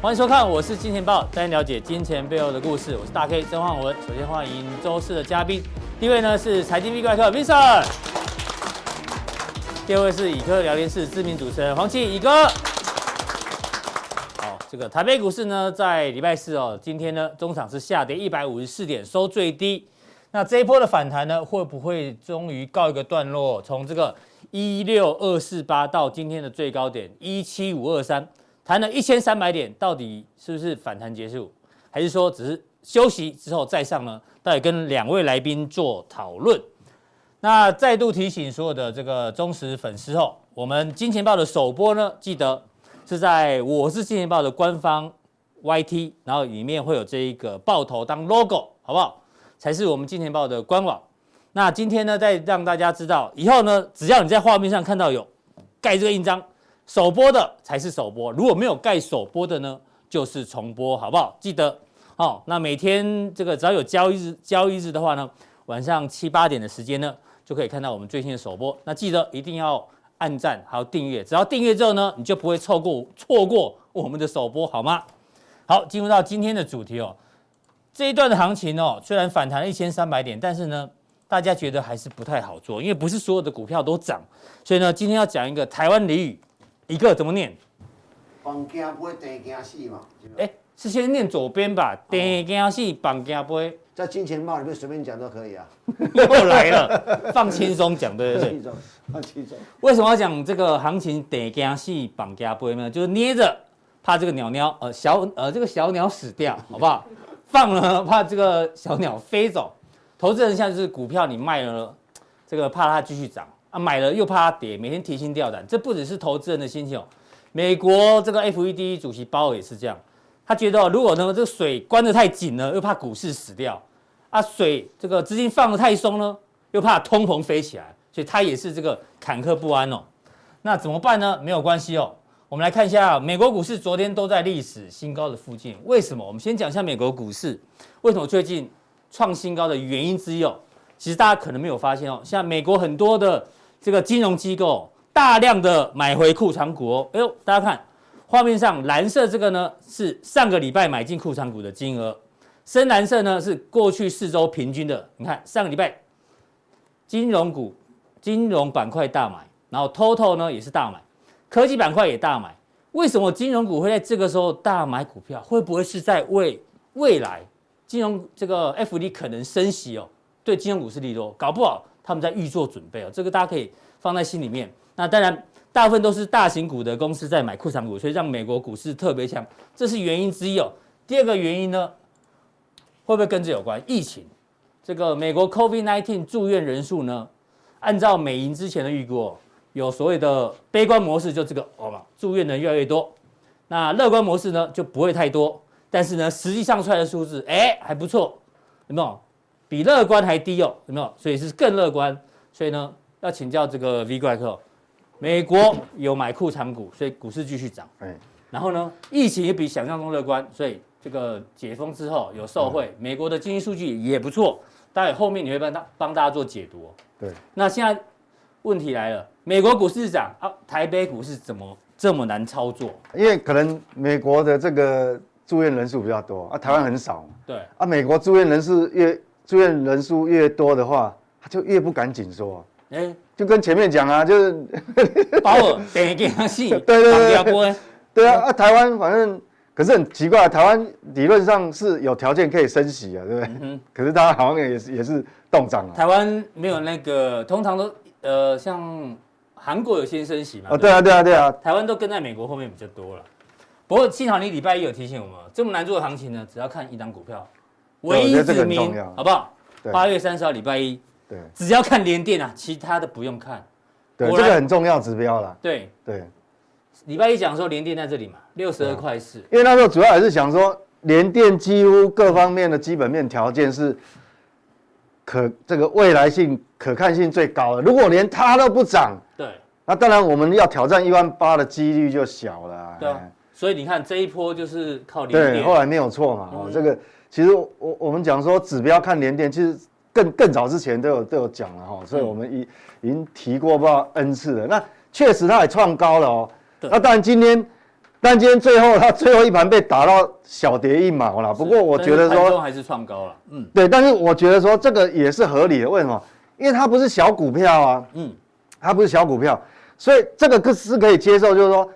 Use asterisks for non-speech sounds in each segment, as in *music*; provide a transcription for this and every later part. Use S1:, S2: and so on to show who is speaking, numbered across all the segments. S1: 欢迎收看，我是金钱豹，带您了解金钱背后的故事。我是大 K 曾焕文。首先欢迎周四的嘉宾，第一位呢是财经 V 怪客 Vincent，第二位是以科聊天室知名主持人黄奇以哥。好，这个台北股市呢，在礼拜四哦，今天呢，中场是下跌一百五十四点，收最低。那这一波的反弹呢，会不会终于告一个段落？从这个一六二四八到今天的最高点一七五二三，弹了一千三百点，到底是不是反弹结束，还是说只是休息之后再上呢？待会跟两位来宾做讨论。那再度提醒所有的这个忠实粉丝哦，我们金钱豹的首播呢，记得是在我是金钱豹的官方 YT，然后里面会有这一个豹头当 logo，好不好？才是我们金钱豹的官网。那今天呢，再让大家知道，以后呢，只要你在画面上看到有盖这个印章，首播的才是首播，如果没有盖首播的呢，就是重播，好不好？记得哦。那每天这个只要有交易日交易日的话呢，晚上七八点的时间呢，就可以看到我们最新的首播。那记得一定要按赞还有订阅，只要订阅之后呢，你就不会错过错过我们的首播，好吗？好，进入到今天的主题哦。这一段的行情哦，虽然反弹了一千三百点，但是呢，大家觉得还是不太好做，因为不是所有的股票都涨，所以呢，今天要讲一个台湾俚语，一个怎么念？
S2: 房价不会跌惊死嘛？
S1: 哎、是先念左边吧，跌惊死，绑惊杯，
S2: 在金钱豹里面随便讲都可以啊。
S1: 又来了，放轻松讲，对不
S2: *laughs*
S1: 对？
S2: 种，放轻松。
S1: 为什么要讲这个行情得惊死绑架杯呢？就是捏着，怕这个鸟鸟呃小呃这个小鸟死掉，好不好？放了怕这个小鸟飞走。投资人现在就是股票你卖了，这个怕它继续涨啊，买了又怕它跌，每天提心吊胆。这不只是投资人的心情哦，美国这个 FED 主席鲍尔也是这样，他觉得哦如果呢这个水关得太紧呢，又怕股市死掉啊，水这个资金放得太松呢，又怕通膨飞起来，所以他也是这个坎坷不安哦。那怎么办呢？没有关系哦。我们来看一下美国股市，昨天都在历史新高的附近，为什么？我们先讲一下美国股市为什么最近创新高的原因之一哦。其实大家可能没有发现哦，像美国很多的这个金融机构大量的买回库藏股哦。哎呦，大家看画面上蓝色这个呢是上个礼拜买进库藏股的金额，深蓝色呢是过去四周平均的。你看上个礼拜金融股、金融板块大买，然后 Total 呢也是大买，科技板块也大买。为什么金融股会在这个时候大买股票？会不会是在为未来金融这个 FD 可能升息哦，对金融股是利多？搞不好他们在预做准备哦，这个大家可以放在心里面。那当然，大部分都是大型股的公司在买库藏股，所以让美国股市特别强，这是原因之一哦。第二个原因呢，会不会跟这有关？疫情，这个美国 COVID-19 住院人数呢，按照美银之前的预估哦，有所谓的悲观模式，就这个哦嘛，住院人越来越多。那乐观模式呢，就不会太多，但是呢，实际上出来的数字，哎，还不错，有没有？比乐观还低哦，有没有？所以是更乐观。所以呢，要请教这个 V 怪客哦，美国有买库藏股，所以股市继续涨。
S2: 哎，
S1: 然后呢，疫情也比想象中乐观，所以这个解封之后有受惠，美国的经济数据也不错。待会后面你会帮大帮大家做解读、哦。
S2: 对，
S1: 那现在问题来了，美国股市涨啊，台北股市怎么这么难操作？
S3: 因为可能美国的这个住院人数比较多啊，台湾很少嘛
S1: 对，
S3: 啊。美国住院人数越住院人数越多的话，他就越不敢紧缩啊、
S1: 哎，
S3: 就跟前面讲啊，就是 *laughs*
S1: 保尔 *laughs* 等给他戏，
S3: 对对对对
S1: 绑架波哎
S3: 对啊，啊台湾反正可是很奇怪、啊，台湾理论上是有条件可以升息啊，对不对？可是它好像也是也是动涨啊。
S1: 台湾没有那个，通常都呃像韩国有先升息嘛，
S3: 哦，
S1: 不
S3: 对啊，对啊，对啊，
S1: 台湾都跟在美国后面比较多了。不过幸好你礼拜一有提醒我们，这么难做的行情呢，只要看一档股票，
S3: 对
S1: 唯
S3: 我觉
S1: 一
S3: 得这个
S1: 指
S3: 很
S1: 明
S3: 重要，
S1: 好不好？
S3: 对
S1: 八月三十号礼拜一，
S3: 对
S1: 只要看连电啊，其他的不用看。
S3: 对，
S1: 果
S3: 这
S1: 然
S3: 个很重要指标啦。
S1: 对，
S3: 对，
S1: 礼拜一讲说连电在这里嘛，六十二
S3: 啊
S1: 块四，
S3: 因为那时候主要还是想说，联电几乎各方面的基本面条件是可这个未来性、可看性最高的。如果连它都不涨，
S1: 对
S3: 那当然我们要挑战一万八的几率就小了啊、
S1: 对啊
S3: 哎
S1: 所以你看这一嗯波就是靠连
S3: 对，
S1: 电。
S3: 后来没有错嘛。哦，这个其实我我我们讲说指标看联电，其实更更早之前都有都有讲了
S1: 嗯
S3: 哈、所以我们已已经提过不知道 n 次了。那确实它也创高了哦。
S1: 对
S3: 那当然今天但今天最后它最后一盘被打到小跌一毛啦。不过我觉
S1: 但
S3: 得
S1: 是盘
S3: 说
S1: 中，还是创高了，嗯
S3: 对，但是我觉得说这个也是合理的。为什么？因为它不是小股票啊，
S1: 嗯，
S3: 它不是小股票，所以这个是可以接受。就是说，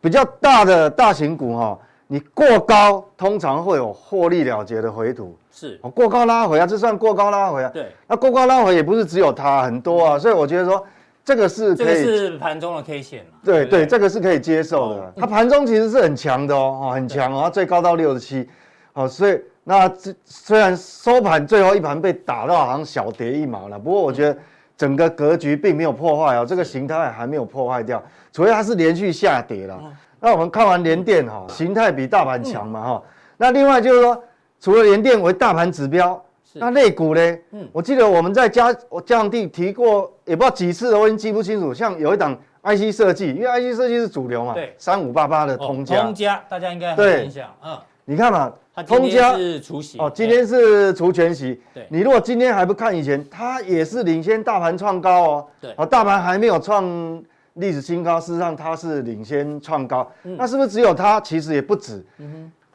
S3: 比较大的大型股哈、你过高通常会有获利了结的回吐，
S1: 是，
S3: 哦，过高拉回啊，这算过高拉回啊。
S1: 对，
S3: 那过高拉回也不是只有它，很多啊，所以我觉得说这个是
S1: 这
S3: 可
S1: 个
S3: 以
S1: 是盘中的 K 线嘛，
S3: 对
S1: 不
S3: 对，哦这个是可以接受的。它盘中其实是很强的哦，哦很强哦，它最高到六十七，哦，所以那这虽然收盘最后一盘被打到好像小跌一毛了，不过我觉得整个格局并没有破坏哦，这个形态还没有破坏掉，除非它是连续下跌了。那我们看完联电哈、形态比大盘强嘛哈、那另外就是说，除了联电为大盘指标，
S1: 是
S3: 那类股呢？
S1: 嗯
S3: 我记得我们在嘉我嘉阳地提过，也不知道几次了，我已经记不清楚。像有一档 IC 设计，因为 IC 设计是主流嘛，
S1: 对
S3: 三五八八的
S1: 哦
S3: 通家，
S1: 通家大家应该很
S3: 对
S1: 有印象，嗯，
S3: 你看嘛
S1: 它，今
S3: 通
S1: 天
S3: 家
S1: 是除夕，哎
S3: 哦，今天是除权息
S1: 对，
S3: 你如果今天还不看以前，它也是领先大盘创高哦，
S1: 对
S3: 哦，大盘还没有创历史新高，事实上它是领先创高，那是不是只有它？其实也不止，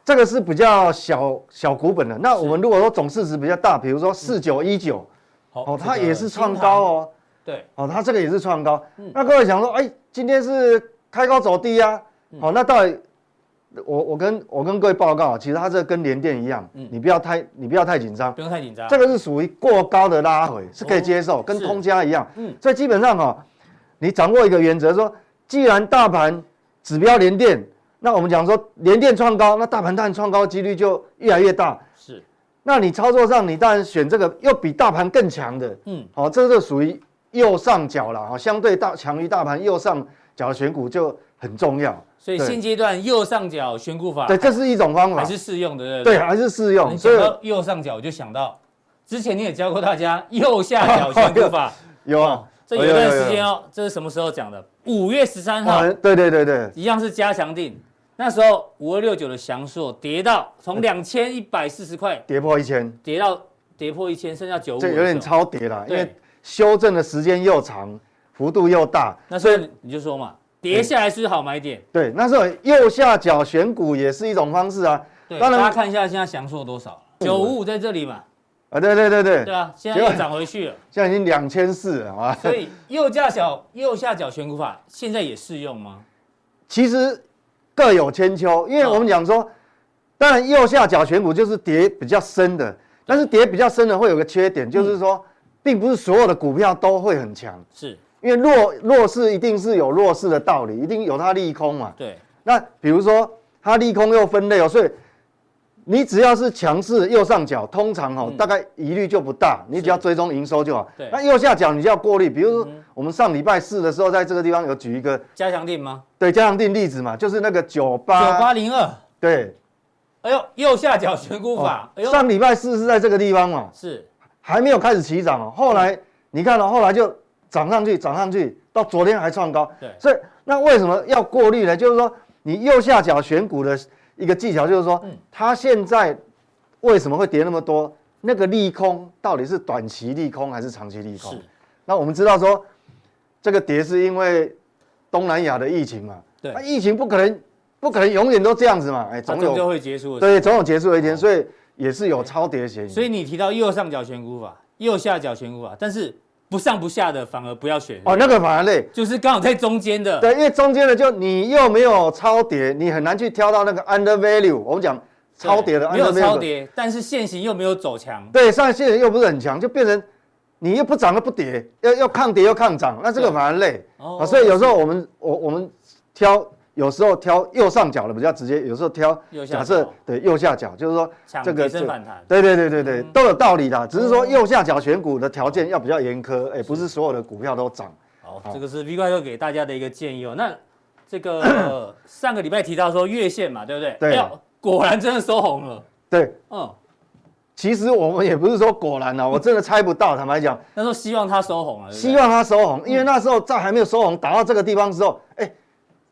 S3: 这个是比较小小股本的。那我们如果说总市值比较大，比如说四九一九，
S1: 好
S3: 哦，
S1: 这
S3: 它
S1: 个
S3: 也
S1: 新
S3: 是创
S1: 航
S3: 高哦，
S1: 对，
S3: 哦，它这个也是创高。
S1: 嗯
S3: 那各位想说，哎，今天是开高走低啊，
S1: 嗯
S3: 好、那到底我我跟我跟各位报告啊，其实它这跟联电一样，
S1: 嗯
S3: 你不要太你不要太紧张，
S1: 不用太紧张，
S3: 这个是属于过高的拉回，是可以接受，
S1: 哦
S3: 跟
S1: 是
S3: 通家一样。
S1: 嗯
S3: 所以基本上哈、你掌握一个原则，说既然大盘指标联电，那我们讲说联电创高，那大盘当然创高几率就越来越大。
S1: 是
S3: 那你操作上，你当然选这个又比大盘更强的，
S1: 嗯
S3: 嗯，好、这就属于右上角了，哈，相对大强于大盘右上角的选股就很重要。
S1: 所以
S3: 对
S1: 现阶段右上角选股法
S3: 对，这是一种方法，
S1: 还是适用的，
S3: 对，
S1: 不
S3: 还是适
S1: 你
S3: 用。所
S1: 想
S3: 以
S1: 到右上角，我就想到之前你也教过大家右下角选股法，
S3: 有啊，
S1: 这有一段时间
S3: 哦，
S1: 哦，这是什么时候讲的？五月十三号
S3: 哇，对对对对，
S1: 一样是加强定，那时候五二六九的翔硕跌到从两千一百四十块
S3: 跌破一千，
S1: 跌到跌破一千，剩下九五，
S3: 这有点。超跌了，因
S1: 哦对
S3: 为修正的时间又长，幅度又大。
S1: 那时候你就说嘛，跌下来是不是好买点。
S3: 对，那时候右下角选股也是一种方式啊。
S1: 对，
S3: 当然
S1: 大家看一下现在翔硕多少，九五五在这里嘛，
S3: 啊，对对对对，
S1: 对啊，现在又涨回去了。
S3: 现在已经两千四了啊。
S1: 所以右下角右下角选股法现在也适用吗？
S3: 其实各有千秋，因为我们讲
S1: 哦
S3: 说，当然右下角选股就是跌比较深的，但是跌比较深的会有个缺点，就是
S1: 嗯
S3: 说，并不是所有的股票都会很强，
S1: 是，
S3: 因为弱弱势一定是有弱势的道理，一定有它利空嘛。
S1: 对，
S3: 那比如说它利空又分类哦，所以你只要是强势右上角，通常哦、大概疑虑就不大，你只要追踪营收就好
S1: 嗯对。嗯
S3: 那右下角你就要过滤，比如说我们上礼拜四的时候，在这个地方有举一个
S1: 加强定吗？
S3: 对加强定例子嘛，就是那个九
S1: 九
S3: 八
S1: 八零二，
S3: 对，
S1: 哎呦，右下角选股
S3: 哦
S1: 法，哎呦，
S3: 上礼拜四是在这个地方嘛，
S1: 是
S3: 还没有开始起涨哦，后
S1: 嗯
S3: 来你看哦，后来就涨上去，涨上去，到昨天还创高。
S1: 对
S3: 所以那为什么要过滤呢？就是说你右下角选股的一个技巧，就是说、
S1: 嗯
S3: 它现在为什么会跌那么多？那个利空到底是短期利空还是长期利空？
S1: 是，
S3: 那我们知道说这个跌是因为东南亚的疫情嘛，
S1: 对
S3: 那疫情不可能不可能永远都这样子嘛，哎，
S1: 它
S3: 总
S1: 终究
S3: 有
S1: 会结束的。
S3: 对总有结束的一天，所以也是有超跌嫌疑。
S1: 所以你提到右上角选股法、右下角选股法，但是不上不下的反而不要选，
S3: 哦，那个反而累。
S1: 就是刚好在中间的。
S3: 对，因为中间的就你又没有超跌，你很难去挑到那个 under value。我们讲
S1: 对，
S3: 超跌的
S1: 没有
S3: under
S1: 超
S3: value，
S1: 跌，但是现行又没有走强，
S3: 对，上线人又不是很强，就变成你又不涨又不跌，要要抗跌又抗涨，那这个
S1: 对
S3: 反而累。
S1: 哦
S3: 啊，所以有时候我们我我们挑有时候挑右上角的比较直接，有时候挑
S1: 右下角
S3: 假设对右下角，就是说
S1: 抢
S3: 这个
S1: 跌升
S3: 这
S1: 反弹嗯哦
S3: 对对对对对，都有道理的，只是说右下角选股的条件要比较严苛，哎，不是所有的股票都涨。
S1: 好，这个是 V 怪哥给大家的一个建议哦。那这个
S3: *coughs*
S1: 呃上个礼拜提到说月线嘛，对不对？
S3: 对
S1: 哎呦果然真的收红了。
S3: 对，
S1: 嗯，
S3: 其实我们也不是说果然啊，我真的猜不到，坦白讲。
S1: 那时候希望它收红了，对不对
S3: 希望它收红，因为那时候在还没有收红，打到这个地方之后，哎、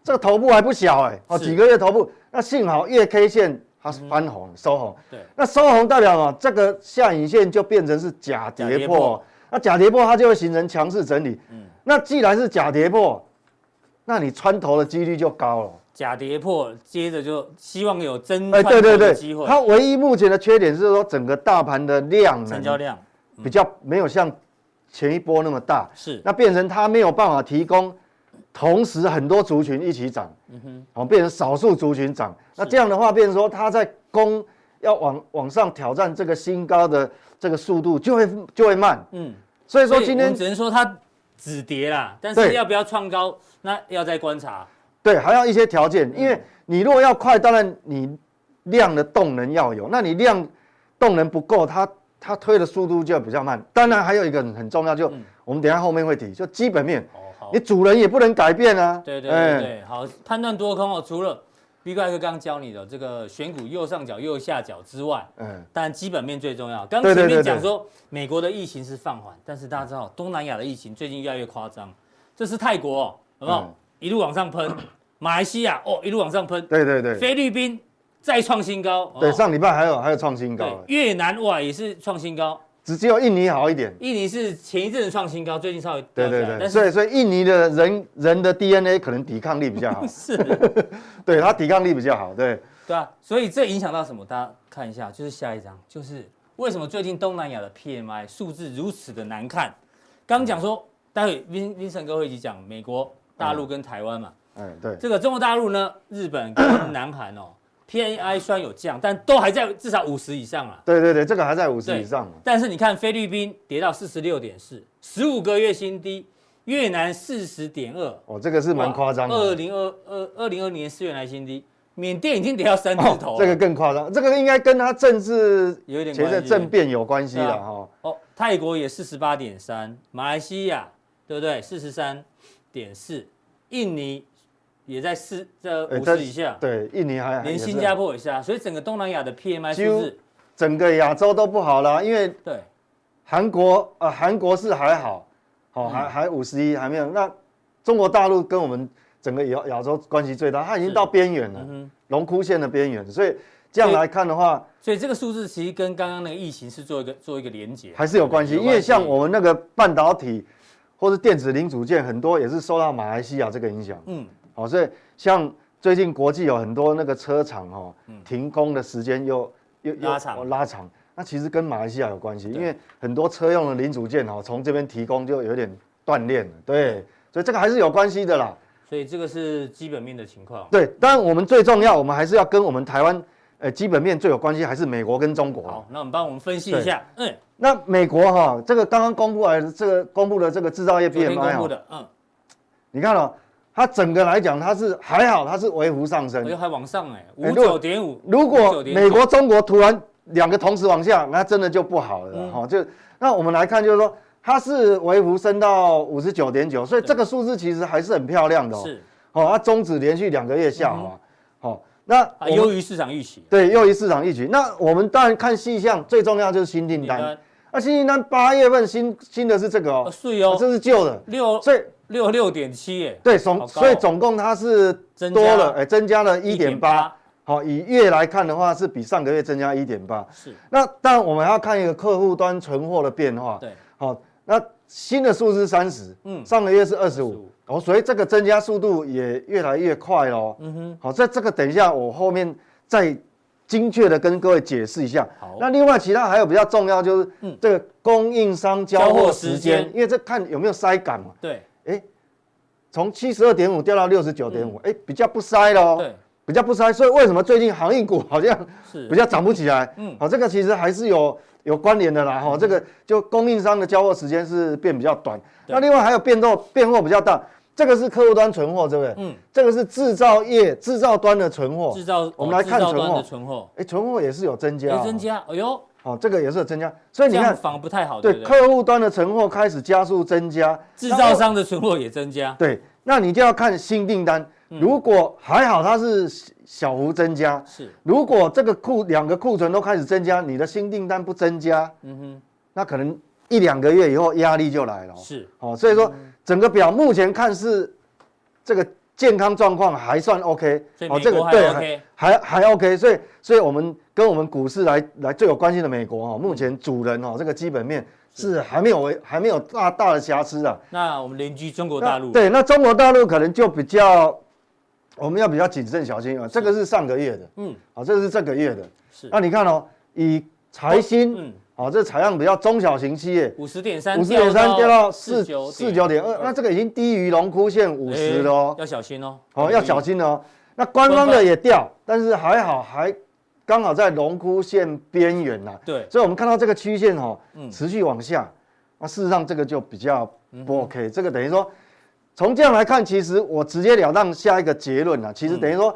S3: 这个头部还不小哎、哦，
S1: 是
S3: 几个月头部，那幸好月 K 线它是翻红、收红，
S1: 对
S3: 那收红代表什么？这个下影线就变成是假跌
S1: 假
S3: 破，
S1: 跌破嗯
S3: 那假跌破它就会形成强势整理。那既然是假跌破，那你穿头的几率就高了。
S1: 假跌破，接着就希望有真
S3: 哎，
S1: 嗯穿
S3: 对对
S1: 透的
S3: 对
S1: 机会，，
S3: 它唯一目前的缺点是说整个大盘的量
S1: 成交
S3: 能
S1: 量嗯
S3: 比较没有像前一波那么大，
S1: 是
S3: 那变成它没有办法提供同时很多族群一起涨，
S1: 嗯
S3: 哦，变成少数族群涨。那这样的话，变成说它在攻要往往上挑战这个新高的这个速度就会就会慢。
S1: 嗯，
S3: 所以
S1: 所
S3: 说
S1: 以我
S3: 今
S1: 们
S3: 天
S1: 只能说它止跌啦，但是
S3: 对
S1: 要不要创高，那要再观察。
S3: 对还要一些条
S1: 嗯
S3: 件，因为你如果要快，当然你量的动能要有，那你量动能不够，它它推的速度就比较慢。当然还有一个很很重要，就我们等一下后面会提，就基本面，
S1: 哦，嗯好
S3: 你，主人也不能改变啊。
S1: 对对对
S3: 哎
S1: 对，好，判断多空哦，除了 B 怪哥刚刚教你的这个选股右上角、右下角之外，
S3: 嗯，
S1: 当然基本面最重要。刚
S3: 对对
S1: 前
S3: 对
S1: 面
S3: 对
S1: 讲说美国的疫情是放缓，但是大家知道哦东南亚的疫情最近越来越夸张，这是泰国哦，有没有
S3: 嗯
S1: 一路往上喷？马来西亚哦一路往上喷，
S3: 对对对，
S1: 菲律宾再创新高，
S3: 对
S1: 哦
S3: 上礼拜还有还有创新高
S1: 对
S3: 了，
S1: 越南哇也是创新高，
S3: 只只有印尼好一点。
S1: 印尼是前一阵子创新高，最近稍微掉
S3: 对
S1: 下来
S3: 对对，
S1: 但
S3: 所
S1: 是，
S3: 以所以印尼的人人的 DNA 可能抵抗力比较
S1: *laughs*
S3: 好
S1: 是，
S3: 对他抵抗力比较好，对
S1: 对啊，所以这影响到什么？大家看一下，就是下一张，就是为什么最近东南亚的 PMI 数字如此的难看？刚讲说，待会 Vin Vincent 哥会一起讲美国、大
S3: 嗯
S1: 陆跟台湾嘛，
S3: 哎对，
S1: 这个中国大陆呢，日本跟南韩哦，PMI 虽然有降，但都还在至少五十以上啊。
S3: 对对对，这个还在五十
S1: 对
S3: 以上啊嘛，
S1: 但是你看菲律宾跌到四十六点四，十五个月新低，越南四十点二，
S3: 哦，这个是蛮夸张
S1: 二
S3: 的，
S1: 零二二二零二年四月来新低，缅甸已经跌到三字头了、
S3: 哦这个更夸张，这个应该跟他政治
S1: 有一点
S3: 前
S1: 关
S3: 阵
S1: 系。
S3: 政变有关系
S1: 对
S3: 了
S1: 啊
S3: 哈，
S1: 哦，泰国也四十八点三，马来西亚对不对？四十三点四，印尼也在四这
S3: 哎
S1: 五
S3: 但
S1: 十以下，
S3: 对，印尼还
S1: 连
S3: 也是
S1: 新加坡也是啊。所以整个东南亚的 PMI
S3: 几乎
S1: 数字，
S3: 整个亚洲都不好啦，因为
S1: 对
S3: 韩国呃韩国是还好，好、还还五十一还没有。那中国大陆跟我们整个亚亚洲关系最大，它已经到边缘了，龙窟线的边缘，所以这样来看的话
S1: 所以这个数字其实跟刚刚那个疫情是做一个做一个连结，
S3: 还是有关系，
S1: 有
S3: 因为像我们那个半导体或是电子零组件，很多也是受到马来西亚这个影响。
S1: 嗯，
S3: 好、所以像最近国际有很多那个车厂哦，停工的时间又又又
S1: 嗯拉长
S3: 哦拉长，那其实跟马来西亚有关系，
S1: 对
S3: 因为很多车用的零组件哦，从这边提供就有点断裂了，对，所以这个还是有关系的啦。
S1: 所以这个是基本面的情况。
S3: 对，当然我们最重要，我们还是要跟我们台湾呃基本面最有关系，还是美国跟中国。
S1: 好，那我们帮我们分析一下，嗯，
S3: 那美国哈、这个刚刚公布来的这个公布的这个制造业
S1: 昨天
S3: PMI
S1: 公布
S3: 哦，
S1: 的，嗯，
S3: 你看哦，它整个来讲它是还好，它是微幅上升
S1: 哎，呦还往上哎，五
S3: 嗯哎如
S1: 九
S3: 果
S1: 点五，
S3: 如果
S1: 59.9
S3: 美国、中国突然两个同时往下，那真的就不好了
S1: 嗯
S3: 哈、齁就那我们来看，就是说它是微幅升到五十九点九，所以这个数字其实还是很漂亮的、哦。，
S1: 是嗯
S3: 哦，它中指连续两个月下滑，好、那
S1: 啊，
S3: 我们
S1: 优于市场预期，
S3: 对又一市场一局。那我们当然看细项，最重要就是新订单。那新订单八月份新新的是这个
S1: 呃
S3: 哦，
S1: 税哦，
S3: 这是旧的，
S1: 六
S3: 所以
S1: 六六点七耶，
S3: 对
S1: 好高哦
S3: 总所以总共它是
S1: 增加
S3: 多了，哎，增加了一点八。
S1: 1.8，
S3: 好，以月来看的话，是比上个月增加一点八。
S1: 是，
S3: 那当然我们要看一个客户端存货的变化。
S1: 对，
S3: 好、那新的数字三十，
S1: 嗯
S3: 嗯，上个月是二十
S1: 25
S3: 五，哦，所以这个增加速度也越来越快喽。
S1: 嗯哼，
S3: 好、在这个等一下我后面再精确的跟各位解释一下。
S1: 好
S3: 那另外其他还有比较重要就是，
S1: 嗯
S3: 这个供应商
S1: 交
S3: 交
S1: 货
S3: 货
S1: 时
S3: 时间
S1: 间，
S3: 因为这看有没有塞感嘛。
S1: 对
S3: 哎，从七十二点五掉到六十九点五，哎，比较不塞
S1: 嗯
S3: 喽。
S1: 对
S3: 比较不塞，所以为什么最近航运股好像
S1: 是
S3: 比，较涨不起来。
S1: 嗯
S3: 嗯，好，这个其实还是有有关联的啦。哈，这个就供应商的交货时间是变比较短。
S1: 对
S3: 那另外还有变动变货比较大，这个是客户端存货，对不对？
S1: 嗯
S3: 嗯，这个是制造业制造端的存货
S1: 制。造
S3: 哦
S1: 哦
S3: 我们来看
S1: 制造
S3: 存
S1: 端
S3: 货
S1: 的存货，
S3: 哎，存货也是有增加、
S1: 哎增。加，哎呦，
S3: 哦，这个也是有增加，所以
S1: 这
S3: 你
S1: 样
S3: 看，
S1: 反而不太好，对
S3: 对
S1: 不对？
S3: 客户端的存货开始加速增加，
S1: 制
S3: 然
S1: 造
S3: 后
S1: 商的存货也增加，
S3: 对，那你就要看新订单。
S1: 嗯
S3: 如果还好，它是小小幅增加，
S1: 是，
S3: 如果这个库两个库存都开始增加，你的新订单不增加，
S1: 嗯
S3: 那可能一两个月以后压力就来了哦。
S1: 哼，是，嗯
S3: 哦，所以说整个表目前看是这个健康状况还算 OK，
S1: 所以
S3: 哦，
S1: 美
S3: 这
S1: 国
S3: 个
S1: 还
S3: 对
S1: OK
S3: 还还 OK，所以所以我们跟我们股市来来最有关系的美国哈、哦，目前主人哦这个基本面是还没有为还没有大大的瑕疵啊。
S1: 那我们邻居中国大陆，
S3: 那对，那中国大陆可能就比较，我们要比较谨慎小心啊。这个是上个月的，
S1: 嗯，
S3: 好、这个是这个月的。
S1: 是
S3: 那你看哦，以财新，
S1: 嗯，
S3: 好、这采样比较中小型企业，
S1: 五十点三，
S3: 五十点三掉到四
S1: 49.2
S3: 四九点二，那这个已经低于龙窟线五十了哦
S1: 哎，要小心哦，
S3: 哦，要小心哦。那官方的也掉，但是还好还刚好在龙窟线边缘呐、
S1: 对，
S3: 所以我们看到这个曲线哦
S1: 嗯，
S3: 持续往下，那事实上这个就比较不
S1: 嗯
S3: OK，、这个等于说从这样来看，其实我直截了当下一个结论啊，其实等于说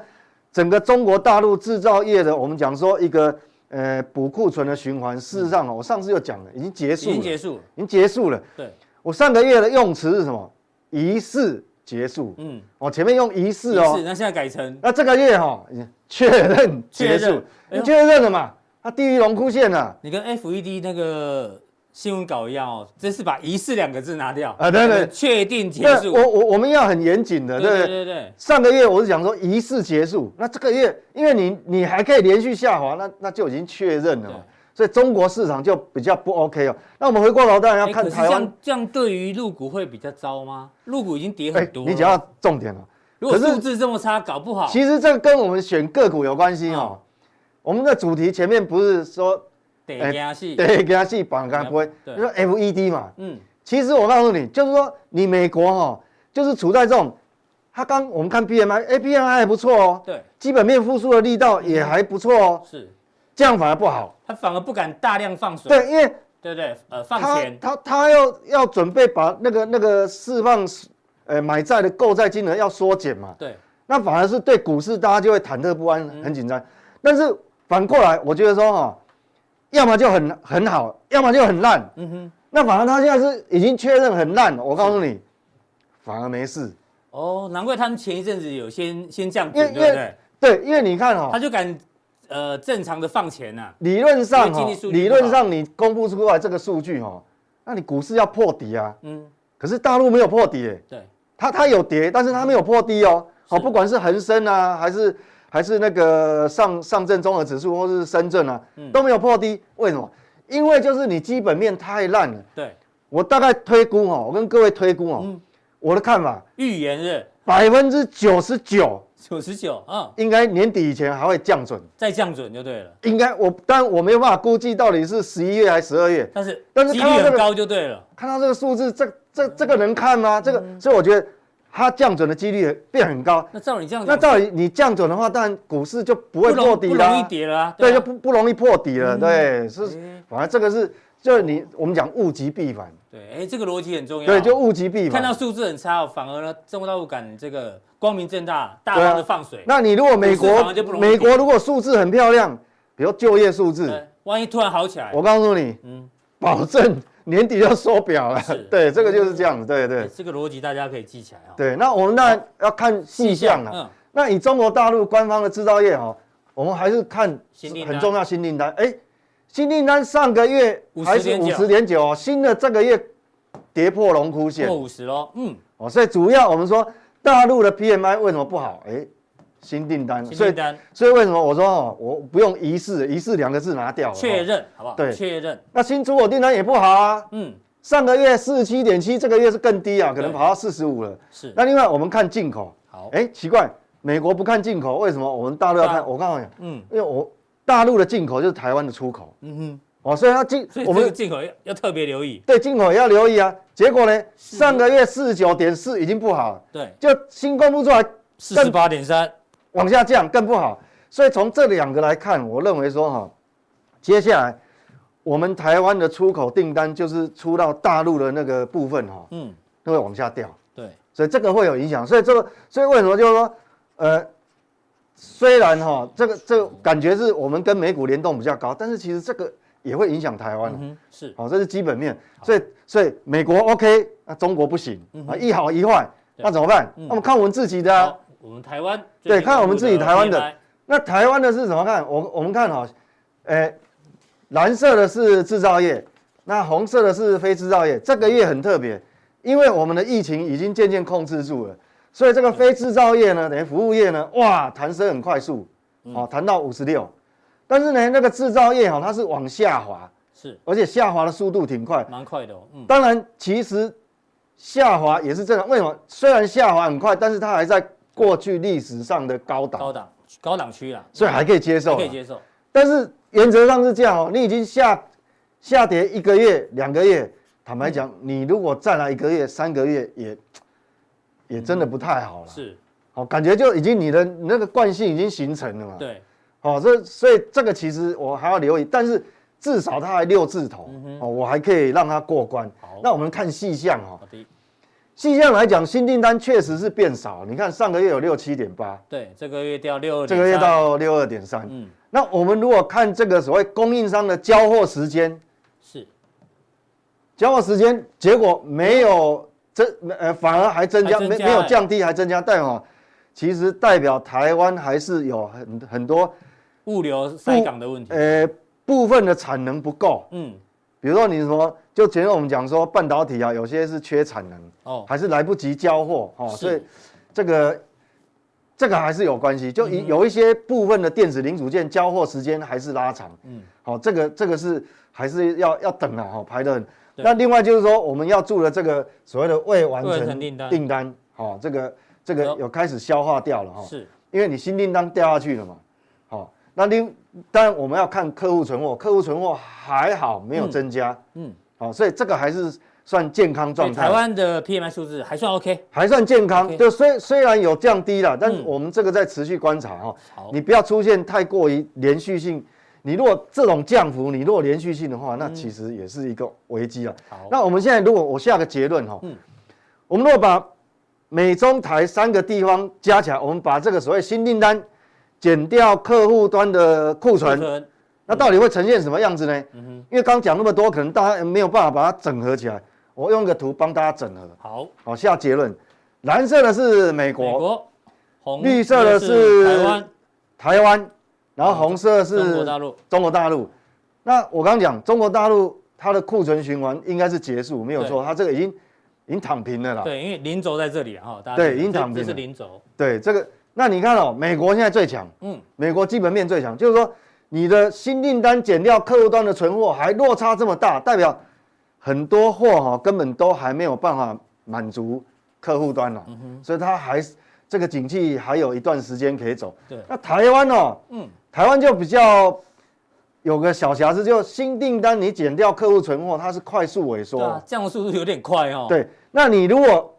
S3: 整个中国大陆制造业的，我们讲说一个呃补库存的循环，事实上哦，我上次就讲了，已经结
S1: 已
S3: 束了，
S1: 经结束了，
S3: 已经结束了。
S1: 对，
S3: 我上个月的用词是什么？仪式结束。
S1: 嗯，
S3: 哦，前面用仪式
S1: 是
S3: 哦，
S1: 那现在改成
S3: 那这个月哈、哦，已经确认
S1: 确
S3: 结
S1: 认
S3: 束，
S1: 哎呦
S3: 你确认了嘛？它低于龙枯线了、啊。
S1: 你跟 FED 那个新闻稿一样哦，真是把“仪式”两个字拿掉
S3: 啊对对
S1: 确定结
S3: 那
S1: 束，
S3: 我我我们要很严谨的，
S1: 对
S3: 对不对
S1: 对？对对，
S3: 上个月我是讲说仪式结束，那这个月因为你你还可以连续下滑，那那就已经确认了嘛
S1: 对。
S3: 所以中国市场就比较不 OK 哦。那我们回过头当然
S1: 哎
S3: 要
S1: 可
S3: 看
S1: 是
S3: 台
S1: 这
S3: 湾
S1: 样，这样对于入股会比较糟吗？入股已经跌
S3: 哎、
S1: 很多了，
S3: 你讲到重点了。
S1: 如果
S3: 可是
S1: 数字这么差，搞不好嗯
S3: 其实这跟我们选个股有关系哦。我们的主题前面不是说
S1: 得压戏，
S3: 哎对，给它细绑，它不会，
S1: 对
S3: 就说 FED 嘛。
S1: 嗯，
S3: 其实我告诉你，就是说你美国哦，就是处在这种，它刚我们看 PMI，APMI 还不错哦，
S1: 对，
S3: 基本面复苏的力道也还不错哦，
S1: 是，
S3: 这样反而不好。
S1: 他反而不敢大量放水，
S3: 对，因为
S1: 对不对？呃，放
S3: 它
S1: 钱，
S3: 它它要要准备把那个那个释放，呃，买债的购债金额要缩减嘛。
S1: 对，
S3: 那反而是对股市大家就会忐忑不安，
S1: 嗯
S3: 很紧张。但是反过来，我觉得说哈、哦，要么就很很好，要么就很烂。
S1: 嗯哼，
S3: 那反而他现在是已经确认很烂，我告诉你，反而没事。
S1: 哦，难怪他们前一阵子有先先降
S3: 因为哦
S1: 准，对不对？
S3: 对，因为你看哈、
S1: 他就敢呃正常的放钱啊呐，
S3: 理论上
S1: 因为
S3: 哈、
S1: 经济数据不好
S3: 理论上你公布出来这个数据哈、那你股市要破底啊。
S1: 嗯，
S3: 可是大陆没有破底、欸，
S1: 对，
S3: 它它有跌，但是它没有破低哦。好、
S1: 是
S3: 不管是恒生啊，还是还是那个上上证综合指数，或是深圳啊，都没有破低。为什么？因为就是你基本面太烂了。
S1: 对，
S3: 我大概推估哦，我跟各位推估哦，我的看法，
S1: 预言日
S3: 百分之九十九
S1: 九十九，嗯，
S3: 应该年底以前还会降准。
S1: 再降准就对了，
S3: 应该我，但我没有办法估计到底是十一月还是十二月。
S1: 但是
S3: 但是
S1: 几率
S3: 看到这
S1: 很
S3: 个
S1: 高就对了，
S3: 看到这个数字，这这这个能看吗？这个，所以我觉得它降准的几率变很高。
S1: 那照你这样
S3: 那
S1: 讲，
S3: 到底你降准的话，当然股市就不会
S1: 不
S3: 破
S1: 容
S3: 底
S1: 不
S3: 啦、
S1: 容易跌了啊，
S3: 对，
S1: 啊
S3: 就不不容易破底了，对，是
S1: 嗯，
S3: 反正这个是就是你我们讲物极必反，
S1: 对，哎，这个逻辑很重要，
S3: 对，就物极必
S1: 看到
S3: 反。
S1: 数字很差哦，反而呢，中国大陆敢这个光明正大大
S3: 对啊
S1: 方的放水，
S3: 那你如果美
S1: 股市反而
S3: 国
S1: 就不容易跌
S3: 美国如果数字很漂亮，比如就业数字，
S1: 对万一突然好起来，
S3: 我告诉你，
S1: 嗯
S3: 保证年底就缩表了
S1: 是。
S3: 对，这个就是这样子，对
S1: 哎
S3: 对
S1: 这个逻辑大家可以记起来啊。
S3: 对。那我们当然要看细项了。
S1: 嗯，
S3: 那以中国大陆官方的制造业哦，我们还是看
S1: 新订单
S3: 很重要新订单。哎，新订单上个月还是五十点九，哦新的这个月跌破龙枯线
S1: 过五十喽，嗯，
S3: 哦，所以主要我们说大陆的 PMI 为什么不好？哎，新订单，
S1: 新
S3: 所以
S1: 订单
S3: 所以为什么我说哦，我不用疑似，疑似两个字拿掉了。
S1: 确
S3: 哦。
S1: 认好不好？
S3: 对
S1: 确认，
S3: 那新出口订单也不好啊，
S1: 嗯，
S3: 上个月四十七点七，这个月是更低啊，可能
S1: 对
S3: 跑到四十五了。
S1: 是
S3: 那另外我们看进口，
S1: 好，
S3: 哎，奇怪，美国不看进口，为什么我们大陆要
S1: 对
S3: 看？
S1: 啊
S3: 我告诉你，
S1: 嗯
S3: 因为我大陆的进口就是台湾的出口
S1: 嗯
S3: 哦，所以它进
S1: 哼，所以
S3: 我
S1: 这个
S3: 们
S1: 进口要要特别留意，
S3: 对进口也要留意啊。结果呢，上个月四十九点四已经不好了，
S1: 对，
S3: 就新公布出来
S1: 四十八点三，
S3: 往下降更不好。所以从这两个来看，我认为说哈、接下来我们台湾的出口订单就是出到大陆的那个部分哈、
S1: 嗯，
S3: 都会往下掉。
S1: 对，
S3: 所以这个会有影响。所以这个，所以为什么就是说，呃，虽然哈、这个这个感觉是我们跟美股联动比较高，但是其实这个也会影响台湾。哦
S1: 嗯哼，是
S3: 好、这是基本面。所以所以美国 OK，那、中国不行啊，一好一坏，
S1: 嗯对嗯
S3: 那怎么办？那我们看我们自己的、啊。
S1: 好，我们台湾
S3: 对
S1: 最近
S3: 看我们自己台湾的
S1: PMI
S3: 那台湾的是怎么看？我我们看哈、呃，蓝色的是制造业，那红色的是非制造业。这个月很特别，因为我们的疫情已经渐渐控制住了，所以这个非制造业呢，等于服务业呢，哇，弹升
S1: 嗯
S3: 哦很快速，哦，弹到五十六。但是呢，那个制造业哈、它是往下滑，
S1: 是
S3: 而且下滑的速度挺快。
S1: 蛮快的哦，嗯，
S3: 当然，其实下滑也是正常。为什么？虽然下滑很快，但是它还在过去历史上的高档，
S1: 高档高档区啦，
S3: 所以还可以接受啊
S1: 还
S3: 啦。
S1: 可以接受，
S3: 但是原则上是这样哦，你已经下下跌一个月、两个月，坦白讲，你如果再来一个月、三个月也，也真的不太好了。
S1: 嗯是
S3: 哦，感觉就已经你的你那个惯性已经形成了嘛。。
S1: 对，
S3: 哦，这所以这个其实我还要留意，但是至少它还六字头、哦，我还可以让它过关
S1: 嗯好。
S3: 那我们看细项哦，
S1: 好的，
S3: 细项来讲，新订单确实是变少。你看上个月有六七点八，
S1: 对，这个月掉六，
S3: 这个月，到六二点三。
S1: 嗯，
S3: 那我们如果看这个所谓供应商的交货时间，
S1: 是
S3: 交货时间结果没有增，呃，反而还增加，
S1: 还增
S3: 没
S1: 加
S3: 没有
S1: 欸
S3: 降低，还增加，代表其实代表台湾还是有很很多
S1: 物流塞港的问题，
S3: 呃部分的产能不够，
S1: 嗯，
S3: 比如说你什么，就前面我们讲说半导体啊，有些是缺产能，
S1: 哦，
S3: 还是来不及交货哦，
S1: 是
S3: 所以这个这个还是有关系，就
S1: 嗯
S3: 一有一些部分的电子零组件交货时间还是拉长，
S1: 嗯
S3: 嗯，好、这个这个是还是要要等啊，哈、排的很。
S1: 对
S3: 那另外就是说，我们要做的这个所谓的未完
S1: 未完
S3: 成
S1: 成订单
S3: 订单，好、这个这个
S1: 有
S3: 有开始消化掉了哈、
S1: 是
S3: 因为你新订单掉下去了嘛。好、那另当然我们要看客户存货，客户存货还好没有增加，
S1: 嗯嗯
S3: 嗯，好、所以这个还是算健康
S1: 所
S3: 状
S1: 以
S3: 态。
S1: 台湾的 PMI 数字还算 OK，
S3: 还算健康
S1: OK，
S3: 就虽虽然有降低了，但
S1: 嗯
S3: 我们这个在持续观察哈、
S1: 好
S3: 你不要出现太过于连续性。你如果这种降幅，你如果连续性的话，那其实也是一个危机啊。
S1: 嗯好
S3: 那我们现在如果我下个结论哈、
S1: 嗯
S3: 我们如果把美中台三个地方加起来，我们把这个所谓新订单减掉客户端的库存，
S1: 存嗯
S3: 那到底会呈现什么样子呢？因为刚讲那么多，可能大家没有办法把它整合起来。我用一个图帮大家整合。
S1: 好，
S3: 好，哦下结论，蓝色的是美国、
S1: 美国红
S3: 绿色的
S1: 就是
S3: 是
S1: 台湾、
S3: 台湾，然后红色是
S1: 哦中国大陆，
S3: 中国大陆。那我刚讲中国大陆它的库存循环应该是结束，没有错，它这个已经已经躺平了啦。
S1: 对，因为零轴在这里啊，哈，大家
S3: 啊对
S1: 知道
S3: 银行
S1: 这这是
S3: 平衡
S1: 零轴，
S3: 对这个，那你看哦，美国现在最强，
S1: 嗯，
S3: 美国基本面最强，就是说你的新订单减掉客户端的存货，还落差这么大，代表很多货哈、根本都还没有办法满足客户端了、哦
S1: 嗯
S3: 所以它还是这个景气还有一段时间可以走。
S1: 对
S3: 那台湾哦，
S1: 嗯，
S3: 台湾就比较有个小瑕疵，就新订单你减掉客户存货，它是快速萎缩哦
S1: 对
S3: 的、
S1: 啊，降的速度有点快哦，，
S3: 对，那你如果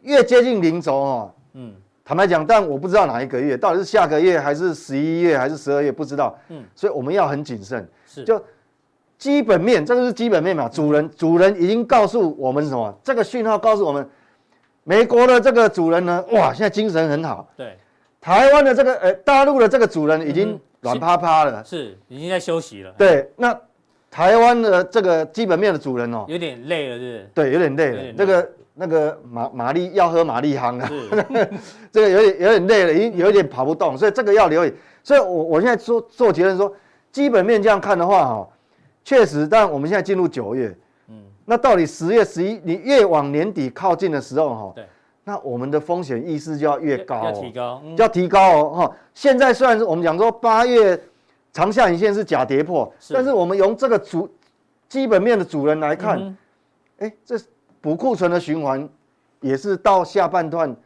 S3: 越接近零轴哦，
S1: 嗯
S3: 嗯，坦白讲，但我不知道哪一个月，到底是下个月还是十一月还是十二月，不知道，
S1: 嗯
S3: 嗯，所以我们要很谨慎。
S1: 是
S3: 就基本面，这个是基本面嘛，主人主人已经告诉我们什么？这个讯号告诉我们，美国的这个主人呢，哇，现在精神很好，
S1: 对，
S3: 台湾的这个呃大陆的这个主人已
S1: 嗯
S3: 经
S1: 哼
S3: 软趴趴了，
S1: 是已经在休息了，
S3: 对，那台湾的这个基本面的主人哦，
S1: 有点累了，是
S3: 对，有点累
S1: 有
S3: 了
S1: 点。
S3: 那
S1: 累
S3: 个那个玛玛丽要喝玛丽汤
S1: 不
S3: 啊，
S1: 是？是，
S3: *laughs* 这个有点有点累了，已经有一点跑不动，所以这个要留意。所以我我现在做做结论说，基本面这样看的话，哈，确实，但我们现在进入九月，嗯，那到底十月、十一，你越往年底靠近的时候，哈，
S1: 对，
S3: 那我们的风险意识就要越高、哦，
S1: 要提高，嗯
S3: 要提高哦，哈、现在虽然是我们讲说八月长下影线是假跌破，
S1: 是
S3: 但是我们用这个主基本面的主人来看，
S1: 嗯
S3: 哎、这补库存的循环也是到下半段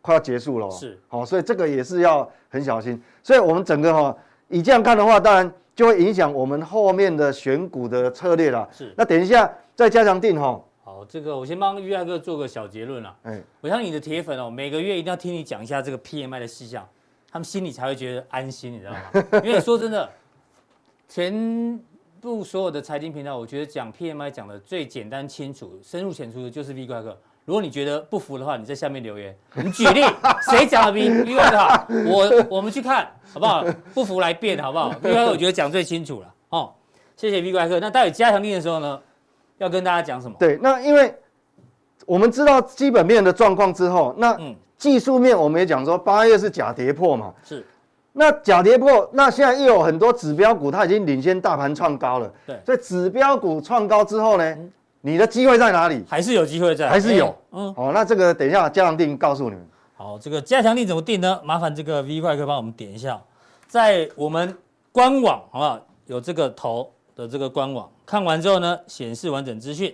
S3: 快要结束了、哦，
S1: 是，
S3: 好、所以这个也是要很小心。所以我们整个哈、以这样看的话，当然就会影响我们后面的选股的策略了。
S1: 是
S3: 那等一下再加强定哈、
S1: 好，这个我先帮玉爱哥做个小结论啦。
S3: 哎、
S1: 我相信你的铁粉哦，每个月一定要听你讲一下这个 PMI 的细项，他们心里才会觉得安心，你知道吗？因为说真的，全部所有的财经频道，我觉得讲 PMI 讲的最简单清楚、深入浅出的就是 V 怪客。如果你觉得不服的话，你在下面留言，你举例谁讲的比 V 怪客好，我我们去看好不好？不服来辩好不好？V 怪客我觉得讲最清楚了哦，谢谢 V 怪客。那到底加强力的时候呢，要跟大家讲什么？
S3: 对，那因为我们知道基本面的状况之后，那
S1: 嗯
S3: 技术面我们也讲说八月是假跌破嘛，
S1: 是
S3: 那假跌破，那现在又有很多指标股它已经领先大盘创高了，
S1: 对嗯
S3: 所以指标股创高之后呢，你的机会在哪里？
S1: 还是有机会在，
S3: 还是有
S1: 哎嗯。
S3: 哦，那这个等一下嘉良定告诉你们。
S1: 好，这个加强力怎么定呢？麻烦这个 V 快客帮我们点一下，在我们官网好不好？有这个头的这个官网，看完之后呢，显示完整资讯，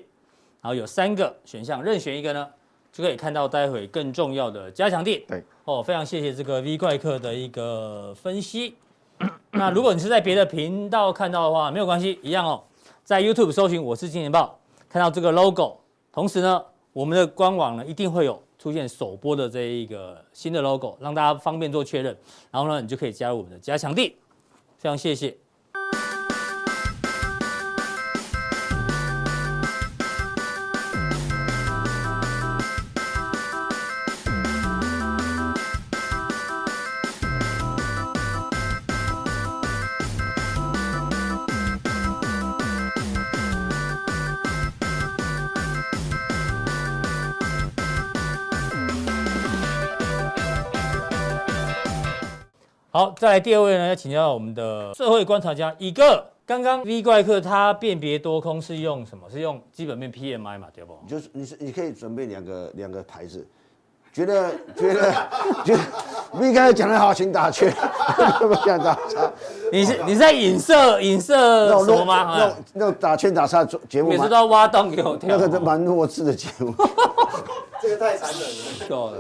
S1: 然后有三个选项，任选一个呢，就可以看到待会更重要的加强点。
S3: 对，
S1: 哦，非常谢谢这个 V 怪客的一个分析。 *coughs* 那如果你是在别的频道看到的话，没有关系，一样哦，在 YouTube 搜寻“我是金钱豹”，看到这个 logo，同时呢，我们的官网呢一定会有出现首播的这一个新的 logo，让大家方便做确认。然后呢，你就可以加入我们的加强地。非常谢谢。好，再来第二位呢，要请教我们的社会观察家一个。刚刚 V 怪客他辨别多空是用什么？是用基本面 PMI 嘛，对不？
S2: 你就是你是你可以准备两个两个牌子，觉得觉得 *laughs* 觉得 V 刚才讲的好，请打圈， *laughs* 不想打叉。
S1: *laughs* 你
S2: 哦
S1: 是你是在影射影射什么吗？啊
S2: 那种那种打圈打叉节目
S1: 每次
S2: 蛮
S1: 都要挖洞给我跳。
S2: 那个是蛮弱智的节目。
S4: 这个太残忍了。
S1: 够了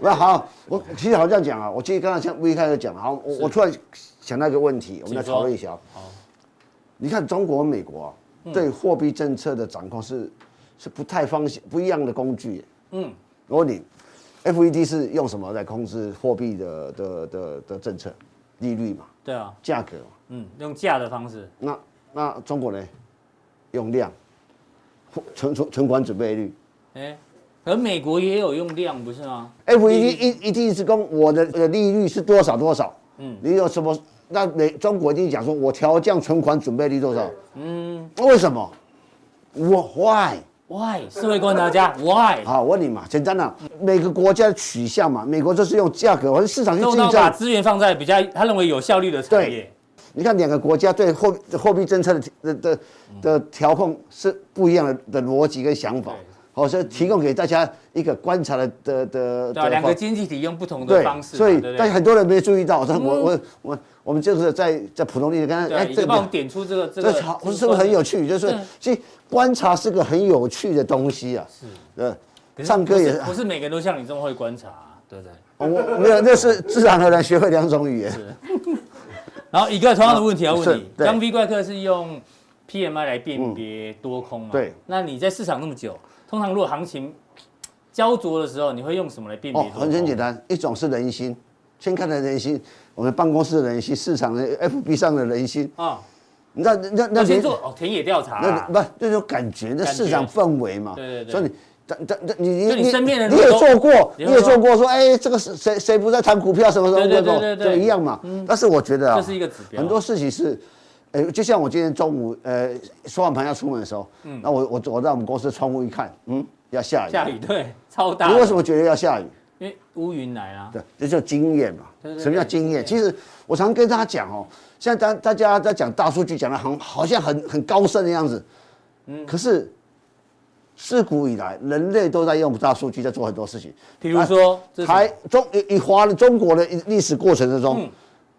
S2: 那好，我其实好像讲啊，我记得刚才像 V 开始讲了，好，我我突然想到一个问题，我们来讨论一下。好，你看中国、美国、啊、对货币政策的掌控是是不太方向不一样的工具耶。
S1: 嗯，
S2: 我问你，FED 是用什么来控制货币的的的的政策？利率嘛，
S1: 对啊，
S2: 价格嘛。
S1: 嗯，用价的方式，
S2: 那那中国呢？用量，或存存存款准备率。
S1: 哎，可美国也有用量不是吗？
S2: FED 一一定是跟我的呃利率是多少多少，
S1: 嗯
S2: 嗯，你有什么？那美中国一定讲说，我调降存款准备率多少？嗯，为什么？我 why？
S1: Why？社会观察家 Why？
S2: 好，我问你嘛，简单啊，每个国家的取向嘛，美国就是用价格或者市场去
S1: 动
S2: 竞
S1: 到把
S2: 争。
S1: 资源放在比较他认为有效率的产业
S2: 对。你看两个国家对货货币政策的的的的调控是不一样的的逻辑跟想法
S1: 嗯对，
S2: 好，所以提供给大家一个观察的的的
S1: 对啊，
S2: 的
S1: 两
S2: 方
S1: 个经济体用不同的
S2: 对
S1: 方，式嘛，
S2: 所以
S1: 对不
S2: 但
S1: 对？
S2: 很多人没注意到，但我我我我们就是在在普通例子，刚才
S1: 对啊，你就帮我们
S2: 哎个
S1: 点出这个这
S2: 这
S1: 个，
S2: 好是不是很有
S1: 趣？
S2: 趣？就是
S1: 对
S2: 其实观察是个很有趣的东西啊。是，呃，
S1: 可是
S2: 唱歌也啊
S1: 不是不是每个人都像你这么会观察啊，对不对？
S2: 我没有，那是自然而然学会两种语言。
S1: 然后一个同样的问题要问你
S2: 是，对嗯
S1: 刚 V 怪客是用 PMI 来辨别多空嘛？
S2: 对
S1: 那你在市场那么久，通常如果行情焦灼的时候，你会用什么来辨别
S2: 哦
S1: 多，空？
S2: 很很简单，一种是人心，先看的人心，我们办公室的人心，市场的 FB 上的人心，
S1: 啊，
S2: 你知道那那
S1: 那先
S2: 人
S1: 做哦田野调查
S2: 那
S1: 啊，
S2: 不那种感觉，那
S1: 感觉
S2: 市场氛围嘛。
S1: 对对对
S2: 所以你。但但但你你
S1: 就你身边的人
S2: 你也
S1: 都
S2: 做过，
S1: 你
S2: 你
S1: 会
S2: 也
S1: 说
S2: 做过，说哎，这个是谁谁不在谈股票，什么什么
S1: 对对
S2: 什
S1: 对对
S2: 么，
S1: 对
S2: 就一样嘛。但是我觉得啊，
S1: 这是一个指标
S2: 很多事情是，哎，就像我今天中午呃收完盘要出门的时候，那我我我在我们公司窗户一看，嗯，要下雨。
S1: 下雨
S2: *laughs*
S1: 对超大
S2: 你
S1: 的，
S2: 为什么觉得要下雨？
S1: 因为乌云来啦。
S2: 对，这叫经验嘛
S1: 对对。对
S2: 什么叫经验？其实我常跟大家讲哦，现在大大家在讲大数据，讲的很好像很很高深的样子，嗯，可是自古以来，人类都在用大数据在做很多事情，
S1: 比如说这是什么
S2: 啊台中以以华的中国的历史过程之中，
S1: 嗯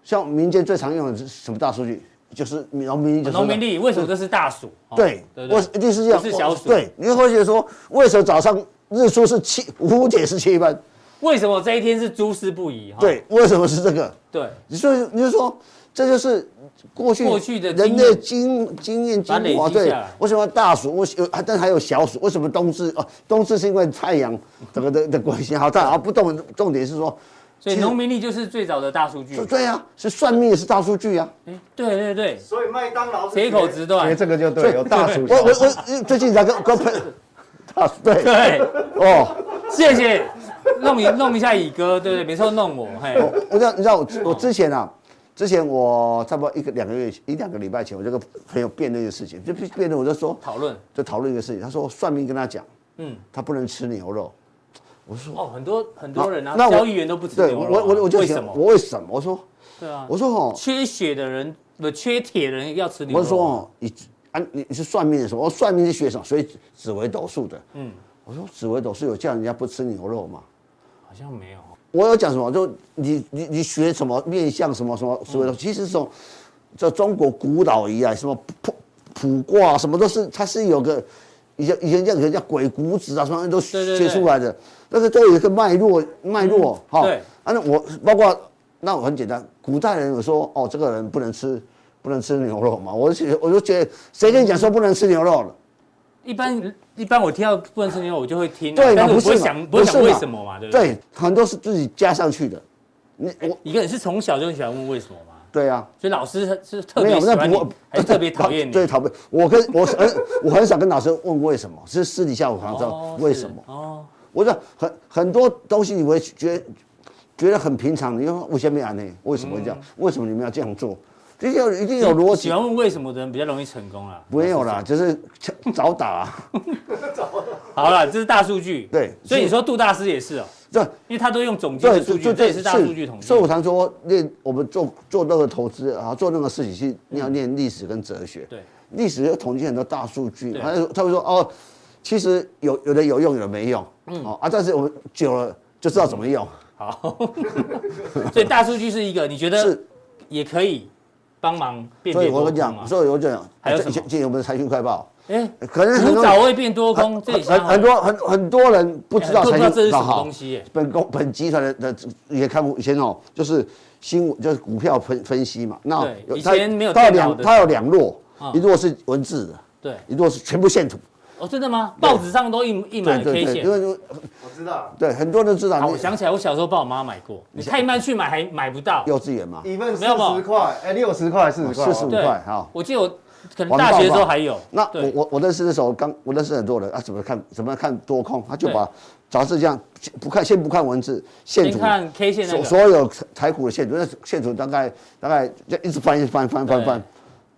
S2: 像民间最常用的是什么大数据？就是农民力，就是
S1: 农民力为什么这是大暑？哦
S2: 对，
S1: 对
S2: 我
S1: 对
S2: 一定是这样。
S1: 不是小
S2: 我
S1: 暑
S2: 对，你会觉得说，为什么早上日出是七五点十七分？
S1: 为什么这一天是诸事不宜？哈
S2: 对，为什么是这个？
S1: 对，
S2: 你说，你就说，这就是过去
S1: 过去的
S2: 人
S1: 经
S2: 类
S1: 验
S2: 经经验
S1: 把它
S2: 精华。
S1: 累积
S2: 对
S1: 下来，
S2: 为什么大暑？为什有，但还有小暑？为什么冬至？哦，冬至是因为太阳这个的的关系。好，但啊不动，重点是说，
S1: 所以
S2: 其实
S1: 农民力就是最早的大数据
S2: 就。对啊，是算命也是大数据啊。
S1: 哎对对对，
S4: 所以麦当劳是
S1: 铁口直
S3: 哎，
S1: 断。
S3: 这个就对，有大
S2: *laughs*
S3: 鼠
S2: 我我我最近才跟跟朋友，大对
S1: 对， *laughs*
S2: 哦，
S1: 谢谢，弄一弄一下乙哥，对不对？每次都弄我，嘿，
S2: 我我知哦道你知道我我之前啊，之前我差不多一个两个月一两个礼拜前，我就跟朋友辩论一个事情，就辩论我就说
S1: 讨论。
S2: 就讨论一个事情，他说算命跟他讲，
S1: 嗯，
S2: 他不能吃牛肉。
S1: 哦，很多很多人啊，
S2: 那我
S1: 交易员都不吃
S2: 对
S1: 牛
S2: 我
S1: 肉啊。
S2: 我我我就
S1: 为
S2: 想
S1: 什么？
S2: 我为什么？我说
S1: 对啊，
S2: 我说哦，
S1: 缺血的人不缺铁的人要吃牛肉。
S2: 我
S1: 啊
S2: 是说哦，你啊你你是算命的什么？我哦说算命是学什么？所以紫微斗数的。嗯，我说紫微斗数有叫人家不吃牛肉吗？
S1: 好像没有。
S2: 我有讲什么？就你你你学什
S1: 嗯
S2: 么面相什么什么所谓的，其实从这中国古老以来，什么卜卜卜卦什么都是，它是有个以前以前叫人叫鬼谷子啊，什么都
S1: 对对
S2: 学出来的，但是都有一个脉络脉络哈。
S1: 嗯对
S2: 啊，那我包括那我很简单，古代人有说哦，这个人不能吃不能吃牛肉嘛，我就觉得我就觉得谁跟你讲说不能吃牛肉了？
S1: 一般一般我听到不能吃牛肉，我就会听啊，
S2: 对嘛，
S1: 但是我
S2: 不
S1: 不
S2: 是
S1: 会
S2: 嘛
S1: 想不会
S2: 是
S1: 想为什么嘛，对不对？
S2: 对，很多是自己加上去的。你我
S1: 一个人是从小就很喜欢问为什么嘛，
S2: 对啊，
S1: 所以老师是是特
S2: 没
S1: 别
S2: 有，
S1: 喜
S2: 那
S1: 欢你
S2: 不会，
S1: 还是特别讨厌你？
S2: 对，讨 *laughs* 厌。我跟我很我很少跟老师问为什么，是私底下我常
S1: 哦
S2: 常为
S1: 是
S2: 什么。
S1: 哦，
S2: 我说很很多东西你会觉觉得很平啊常，你说为什么要这样？为什么会这样？为什么你们要这样做？这要一定有逻
S1: 嗯喜
S2: 辑。
S1: 欢问为什么的人比较容易成功啦。啊
S2: 没有啦，就是 *laughs* 找打、啊。
S1: 好了，这是大数据。
S2: 对
S1: 所以你说杜大师也是哦，
S2: 对
S1: 因为他都用总结
S2: 对
S1: 的
S2: 对
S1: 数据，
S2: 对，
S1: 这也是大数据统计
S2: 所以。我常说，练我们做做那个投资啊，做那个事情是你要练历史跟哲学。
S1: 对，
S2: 历史要统计很多大数据，
S1: 对
S2: 还有他会说哦，其实有有的有用，有的没用，
S1: 嗯
S2: 哦啊，但是我们久了就知道怎么用，
S1: 好， *laughs* 所以大数据是一个，你觉得
S2: 是，
S1: 也可以帮忙辨
S2: 所
S1: 别
S2: 以我
S1: 多
S2: 跟你
S1: 空吗
S2: 讲，？所以我就讲，哎
S1: 还有什
S2: 以
S1: 么
S2: 前以前我们的财讯快报，
S1: 哎，
S2: 可能很
S1: 古
S2: 多
S1: 早味变多空，
S2: 很
S1: 这也
S2: 很很多很很多人
S1: 不
S2: 不知道
S1: 不
S2: 财
S1: 知道
S2: 讯
S1: 这是什
S2: 那
S1: 么
S2: 好
S1: 东西耶。
S2: 本公本集团的的也看过以前哦，就是新闻就是股票分分析嘛，那
S1: 对以前没有
S2: 它有
S1: 电脑
S2: 两
S1: 的
S2: 它有两摞
S1: 嗯，
S2: 一摞是文字的，
S1: 对，
S2: 一摞是全部线图，
S1: 哦，真的吗？报纸上都印印满
S2: 对
S1: 了嗯 K
S2: 对对，因
S1: 线。
S2: 为就
S4: 我知道，
S2: 对很多人都知
S1: 啊，
S2: 道
S1: 我
S2: 你
S1: 想起来，我小时候帮我妈买过，你太慢去买还买不到。
S2: 幼稚园嘛，
S3: 一份
S1: 没有吧
S3: 块，哎，六十块，四
S4: 哦
S2: 四十五
S1: 对
S2: 块哈。
S1: 我记得我可能大学的时候还有。
S2: 那
S1: 对
S2: 我我我认识的时候，刚我认识很多人啊，怎么看怎么看多空，他就把杂志这样不看先不看文字，线
S1: 先
S2: 图，
S1: 看 K 线那
S2: 所
S1: 个，
S2: 所有台股的线图，那线图大概大概就一直翻一直翻翻翻
S1: 对
S2: 翻，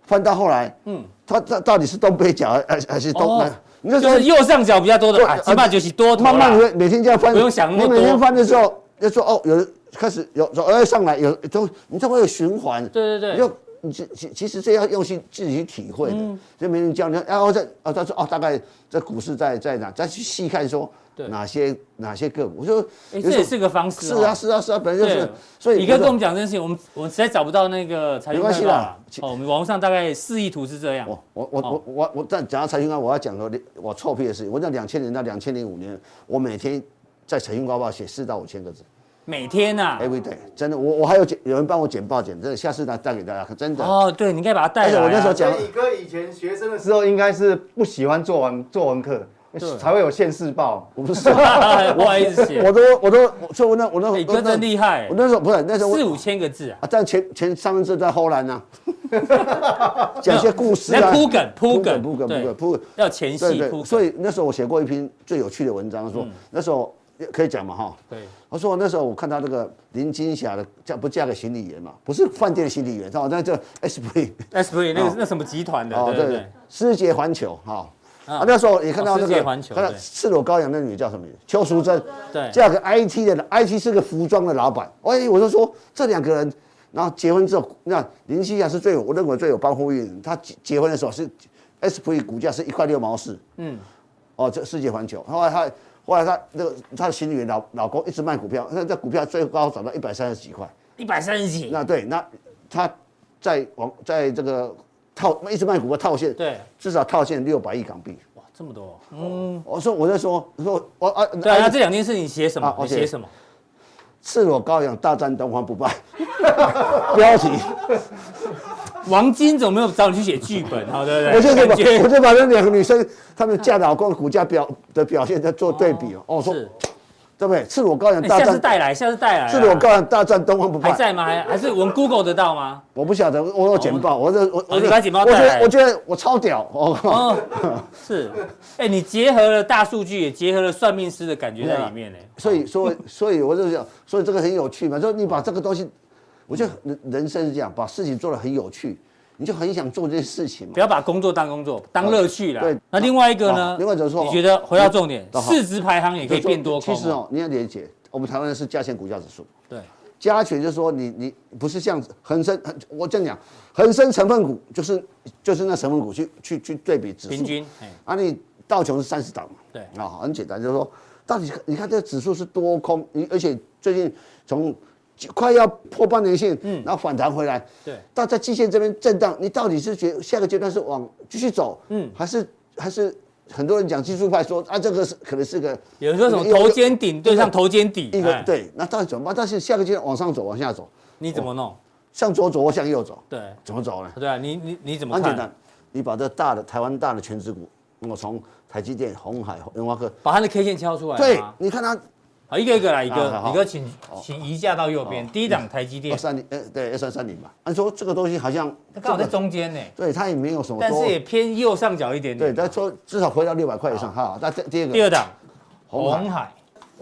S2: 翻到后来，
S1: 嗯
S2: 嗯，它到到底是东北角还还是东
S1: 哦
S2: 南？你那时
S1: 就
S2: 候
S1: 是右上角比较多的
S2: 对
S1: 啊，
S2: 呃
S1: 起码就是多头啦
S2: 慢慢你会每天这样翻，
S1: 不用想那么多
S2: 你每天翻的时候，就说哦，有人开始有说哎上来有都，你就会有循环，
S1: 对对对，
S2: 你就你其其其实这要用心自己去体会的，
S1: 嗯
S2: 就没人教你。然后再啊，他说哦，大概这股市在在哪，再去细看说
S1: 对
S2: 哪些哪些个股。我说
S1: 哎，这
S2: 有时
S1: 也
S2: 候
S1: 是个方式
S2: 是
S1: 哦。
S2: 啊是啊是啊，本来就是
S1: 对，
S2: 所以
S1: 你跟
S2: 我
S1: 跟我
S2: 说
S1: 们讲这件事情，我们我们实在找不到那个财经
S2: 没关系
S1: 快报
S2: 啦
S1: 啊哦，我们网络上大概示意图是这样。
S2: 我我我
S1: 哦
S2: 我我我在讲到财经官，我要讲个我臭屁的事情。我讲两千年到两千零五年，我每天在财经官报写四到五千个字
S1: 每天啊呐，
S2: ，every day，真的，我我还有剪有人帮我剪报剪，真的，下次来带给大家看，真的。
S1: 哦，对，你应该把它带
S2: 而且
S1: 来啊。
S2: 我那时候讲
S4: 所以哥以前学生的时
S3: 之后应该是不喜欢做完作文课
S1: 对，
S3: 才会有现世报。
S2: 我不是，
S1: 啊 *laughs* 不好意思写，
S2: *laughs* 我都我都，所以我那我那
S1: 哎哥真厉害
S2: 我，那时候不是那时候我
S1: 四五千个字啊，
S2: 啊，但前前上面是在后栏
S1: *laughs*
S2: 呐，讲一些故事
S1: 那
S2: 啊，
S1: 铺梗铺梗
S2: 铺梗铺
S1: 对
S2: 梗铺梗，
S1: 要前
S2: 对
S1: 戏铺梗，
S2: 对，
S1: 嗯
S2: 所以那时候我写过一篇最有趣的文章，说那时候可以讲嘛哈，
S1: 对
S2: 我说我那时候我看到那个林青霞的嫁不嫁给行李员嘛，不是饭店的行李员，哦，那叫 S P，
S1: ，Esprit 那个
S2: 哦
S1: 那什么集团的，对对对，，
S2: 师姐环球哈。
S1: 啊哦
S2: 啊，那时候也看到那
S1: 世界
S2: 个，
S1: 环球
S2: 看到
S1: 对
S2: 赤裸羔羊那女叫什么名字？邱淑贞，
S1: 对
S2: 嫁个 IT 的，IT 是个服装的老板。哎，我就说这两个人，然后结婚之后，那林夕啊雅是最有，我认为最有帮呼应。他结结婚的时候是 S P 股价是一块六毛四，
S1: 嗯，
S2: 哦，这世界环球。后来他后来他那个他的情侣老老公一直卖股票，那这股票最高涨到一百三十几块。
S1: 一百三十几，
S2: 那对，那他在往在这个套一直卖股票套现，
S1: 对，
S2: 至少套现六百亿港币。
S1: 哇，这么多，
S2: 嗯我说我在说说我啊，
S1: 嗯对啊，那这两件事你写什么
S2: 啊？
S1: 你
S2: ，OK
S1: 写什么？
S2: 赤裸羔羊大战东方
S1: *laughs*
S2: 不败，标题，
S1: 王晶怎么没有找你去写剧
S2: *laughs*
S1: 本？好，对不对？
S2: 我就
S1: 感
S2: 是把我
S1: 觉
S2: 就把那两个女生她们嫁老公股价表的表现在做对比哦，哦，我说
S1: 是，
S2: 对不对？赤裸羔羊
S1: 那你
S2: 大
S1: 下次
S2: 战
S1: 带来，下次带来啊。
S2: 赤裸羔羊大战东方不
S1: 还
S2: 败，
S1: 在吗？还还是我们 Google 得到吗？
S2: 我不晓得，我有简报，我这我
S1: 哦
S2: 我
S1: 你
S2: 这
S1: 把简报
S2: 我
S1: 带
S2: 觉
S1: 来
S2: 得我觉得我超屌哦， *laughs*
S1: 哦，是，哎、你结合了大数据，也结合了算命师的感觉在里面呢。
S2: 所以所以所以我就想，所以这个很有趣嘛，说你把这个东西，我觉得
S1: 嗯
S2: 人人生是这样，把事情做得很有趣，你就很想做这些事情嘛
S1: 不。要把工作当工作，当乐趣啦。
S2: 对
S1: 那另外一个呢
S2: 好？另外就是说
S1: 你觉得回到重点，
S2: 好
S1: 市值排行也可以变多空。啊
S2: 其实，哦，你要理解，我们台湾人是加权股价指数，
S1: 对，
S2: 加权就是说你你不是像恒生，恒我这样讲，恒生成分股就是就是那成分股去去去对比指数，
S1: 平均，哎，
S2: 啊，你道琼是三十档嘛，
S1: 对
S2: 啊、很简单，就是说到底你看这个指数是多空，你而且最近从就快要破半年线，嗯，然后反弹回来，
S1: 对，
S2: 但在季线这边震荡，你到底是觉下个阶段是往继续走，嗯，还是还是很多人讲技术派说啊，这个是可能是个
S1: 有人说什么
S2: 一个
S1: 头肩顶对上头肩底，
S2: 一个
S1: 哎，
S2: 对，那到底怎么办？但是下个阶段往上走，往下走，
S1: 你怎么弄？
S2: 向左走或向右走，
S1: 对
S2: 怎么走呢？
S1: 对啊，你你你怎么
S2: 很简
S1: 看
S2: 单？，你把这大的台湾大的全指股，我从台积电、红海、联发科，
S1: 把它的 K 线敲出来
S2: 对
S1: 吗，
S2: 你看它
S1: 好，一个一个来，一
S2: 好
S1: 个
S2: 好好
S1: 一个请请移驾到右边，第一档台积
S2: 二
S1: 电，
S2: 三零，呃，对，二三三零吧。按说这个东西好像，
S1: 它刚好在
S2: 这个
S1: 中间呢，
S2: 对，它也没有什么
S1: 但
S2: 多
S1: 是也偏右上角一点
S2: 对，
S1: 点。
S2: 他说至少回到六百块以上哈。那第第二
S1: 第
S2: 个
S1: 二档
S2: 红海
S1: 红海，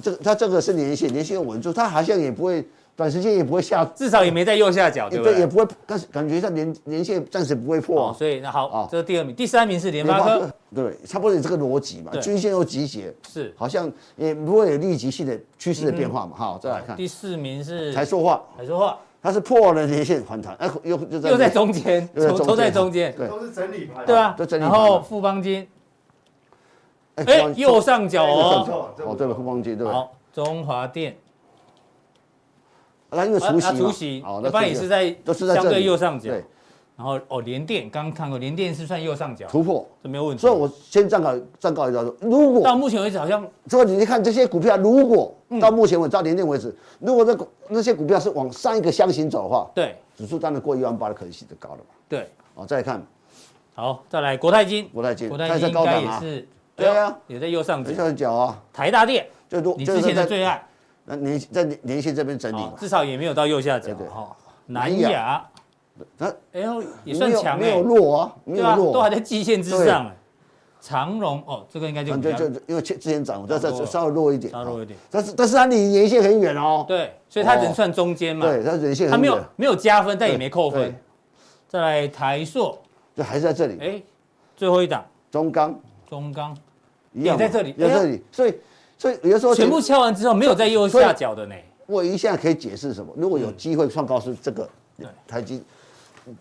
S2: 这个它这个是年线，年线要稳住，它好像也不会短时间也不会下，
S1: 至少也没在右下角，对
S2: 也
S1: 不
S2: 对，
S1: 对？
S2: 也不会，但是感觉上年年线暂时不会破
S1: 哦，
S2: 啊。
S1: 所以那好
S2: 哦，
S1: 这是第二名，第三名是联发
S2: 联
S1: 科，
S2: 对，差不多有这个逻辑嘛
S1: 对，
S2: 均线又集结，
S1: 是。
S2: 好像也不会有立即性的趋势的变化嘛。哈，再来看
S1: 嗯第四名是
S2: 才说话，
S1: 才说话，
S2: 它是破了年线反弹，哎，又就
S1: 又在中间，
S2: 又在
S1: 都
S2: 中
S1: 都
S2: 间
S1: 在中间，
S2: 对
S4: 都是整理牌。
S1: 对啊
S2: 都。整理
S1: 然
S2: 盘了
S1: 后富邦金，
S2: 哎
S1: 哎，
S2: 中
S1: 右上角
S4: 这不
S1: 哦。
S4: 错，这不
S2: 哦
S4: 错
S2: 对了，不忘记对吧？
S1: 好，中华电，
S2: 它因为
S1: 啊
S2: 除
S1: 啊
S2: 夕嘛，
S1: 除夕，
S2: 哦
S1: 一般也
S2: 这个
S1: 是在
S2: 都是在
S1: 相
S2: 这
S1: 对
S2: 里
S1: 右上角
S2: 对。
S1: 然后哦，联电刚看过，联电是算右上角，
S2: 突破。
S1: 这没有问题。
S2: 所以我先暂告暂告一段说，如果
S1: 到嗯目前为止好像
S2: 所以你看这些股票，如果到目前为止到年底为止，如果这股那些股票是往上一个箱型走的话，
S1: 对
S2: 指数当然过一万八的可能性就高了嘛。
S1: 对，
S2: 哦，再来看
S1: 好，再来国泰金，
S2: 国泰金，
S1: 国
S2: 它
S1: 泰
S2: 也
S1: 金
S2: 在
S1: 应
S2: 高
S1: 该
S2: 档
S1: 也
S2: 啊，
S1: 是，哎
S2: 对啊，
S1: 也在右上
S2: 没
S1: 角。
S2: 上角啊，
S1: 台大电，
S2: 最多
S1: 你
S2: 就
S1: 之前
S2: 是
S1: 的
S2: 在
S1: 最爱，
S2: 那年在年线这边整理
S1: 哦
S2: 嘛，哎
S1: 至少也没有到右下角
S2: 对对
S1: 哈。南
S2: 南亚
S1: 亚，
S2: 那
S1: 哎呦，也算强
S2: 没
S1: 哎
S2: 有，弱啊，没
S1: 对
S2: 有
S1: 吧？都
S2: 弱
S1: 还
S2: 啊，
S1: 在季线之
S2: 对
S1: 上哎。长荣哦，这个应该就
S2: 嗯
S1: 比
S2: 对
S1: 较
S2: 就就因为前之前涨，但
S1: 差不多
S2: 是稍微弱一点，
S1: 稍微弱一点
S2: 哦但是但是它离年线很远哦，
S1: 对，所以它
S2: 哦
S1: 人算中间嘛，
S2: 对，它年线
S1: 它
S2: 很
S1: 没有
S2: 远，
S1: 没有加分，但也
S2: 对
S1: 没扣分
S2: 对。
S1: 再来台塑，
S2: 就还是在这里，
S1: 哎，最后一档
S2: 中钢
S1: 中钢，
S2: 一样嘛
S1: 也在这里哎
S2: 也在这里，所以所以有的时候
S1: 全部敲完之后没有在右下角的呢。
S2: 我一下可以解释什么？如果有机会创高是这个
S1: 嗯对
S2: 台积，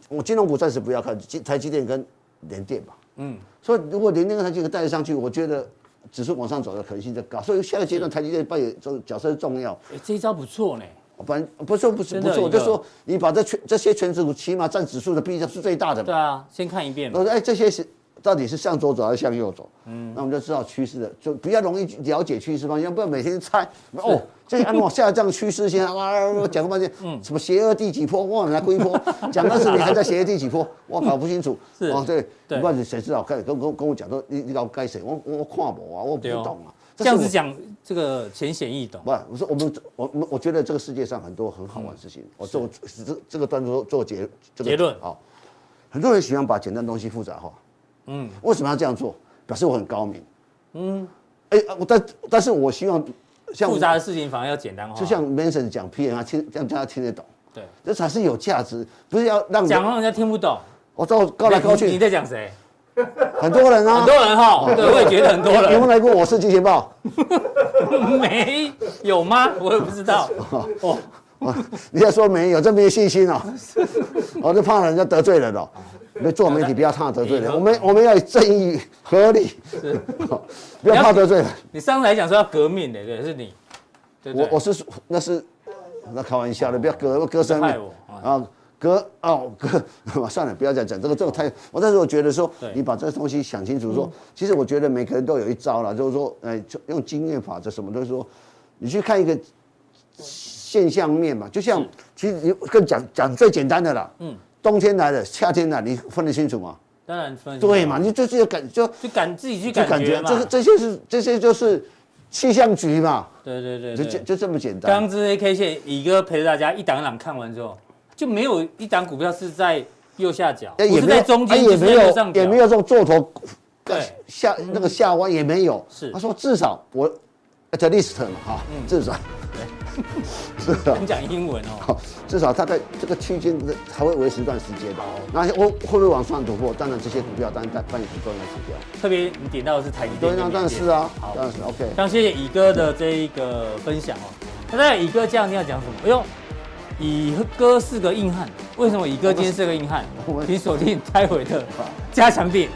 S2: 我金融股暂时不要看，金台积电跟联电吧。
S1: 嗯，
S2: 所以如果联电跟台积电带上去，我觉得指数往上走的可能性就高。所以下个阶段台积电扮演这种角色重要。
S1: 哎，这一招不错呢。
S2: 反正不是不是
S1: 真
S2: 不
S1: 的
S2: 是，我
S1: 一个
S2: 就说你把这全这些全指股起码占指数的比重是最大的嘛
S1: 对。啊，先看一遍
S2: 我
S1: 嘛。
S2: 说哎，这些是到底是向左走还是向右走？嗯，那我们就知道趋势的，就比较容易了解趋势方向，不要每天猜哦，这按往下降趋势线啊，
S1: *laughs*
S2: 讲个半天，
S1: 嗯
S2: 什么邪恶第几波，哇，来过一波，讲二十年还在邪恶第几波，我搞不清楚。
S1: *laughs* 是
S2: 哦，对，
S1: 对
S2: 不管谁知道，跟跟跟跟我讲说，你你搞该谁，我我我看不啊，我不
S1: 对哦
S2: 懂啊，
S1: 这样
S2: 是
S1: 子
S2: 我。
S1: 讲，这个浅显易懂。
S2: 不，我说我们我我我觉得这个世界上很多很好玩的事情，我做这这个段落做结这
S1: 嗯
S2: 个
S1: 结论
S2: 好，很多人喜欢把简单东西复杂化，嗯，为什么要这样做？表示我很高明，嗯，哎、啊我但但是我希望像
S1: 复杂的事情反而要简单化。
S2: 就像 Mason 讲 P N 啊，听让大家听得懂，
S1: 对，
S2: 这才是有价值，不是要让
S1: 讲
S2: 人
S1: 让人家听不懂。
S2: 我到高来高
S1: 你你
S2: 去，
S1: 在讲谁？
S2: 很多人
S1: 很
S2: 啊
S1: 多，人哈，对，我也觉得很多
S2: 有没有
S1: 人
S2: 来过我世纪情报？
S1: *laughs* 没有吗？我也不知
S2: *laughs*
S1: 道。哦，
S2: 你要说没有，这没信心哦，我就怕人家得罪人哦。那做媒体不要怕得罪人，我们我们要正义合理，哦不要怕得罪人。
S1: 你上次还讲说要革命的，对，是你。对不
S2: 我
S1: 对
S2: 我是那是那开玩笑的，不要割割生
S1: 害
S2: 命
S1: 我
S2: 啊，割哦割， *laughs* 算了，不要再讲这个这个太。我但是我觉得说
S1: 对，嗯
S2: 你把这个东西想清楚说，其实我觉得每个人都有一招啦，就是说，哎，就用经验法则什么，就是说，你去看一个现象面嘛，就像其实你更讲讲最简单的啦，嗯，冬天来了，夏天来，你分得清楚吗？
S1: 当然分
S2: 对嘛，你就是有感就
S1: 就嗯感自己去
S2: 就
S1: 感觉嘛。
S2: 这个这些是这些就是气象局嘛，
S1: 对对对
S2: 就
S1: 对
S2: 就就这么简单。
S1: 刚刚这些 K 线，乙哥陪着大家一档一档看完之后，就没有一档股票是在右下角，
S2: 哎，
S1: 不
S2: 也
S1: 是
S2: 没
S1: 在
S2: 有，
S1: 中
S2: 哎
S1: 间，就
S2: 也
S1: 是
S2: 没
S1: 在右上
S2: 有，
S1: 角，
S2: 也没有这种做头，
S1: 对嗯
S2: 下那个下弯也没有。
S1: 是嗯
S2: 他说至少我 at least 嘛哈，至少， *laughs* 是啊
S1: 你，讲英文哦，
S2: 好至少大概这个区间还会维持一段时间吧。那我会不会往上突破？当然这些股票当然在扮演很重要的指标。
S1: 特别你点到的是台积
S2: 对
S1: 电，，
S2: 那
S1: 跟
S2: 当
S1: 联
S2: 然
S1: 电
S2: 是啊
S1: 好，，
S2: 当然是 OK。
S1: 非常谢谢乙哥的这一个分享哦。那在乙哥这样你要讲什么？哎呦，乙哥是个硬汉，为什么乙哥今天是个硬汉
S2: *laughs* 我？们
S1: 请锁定待会的加强点。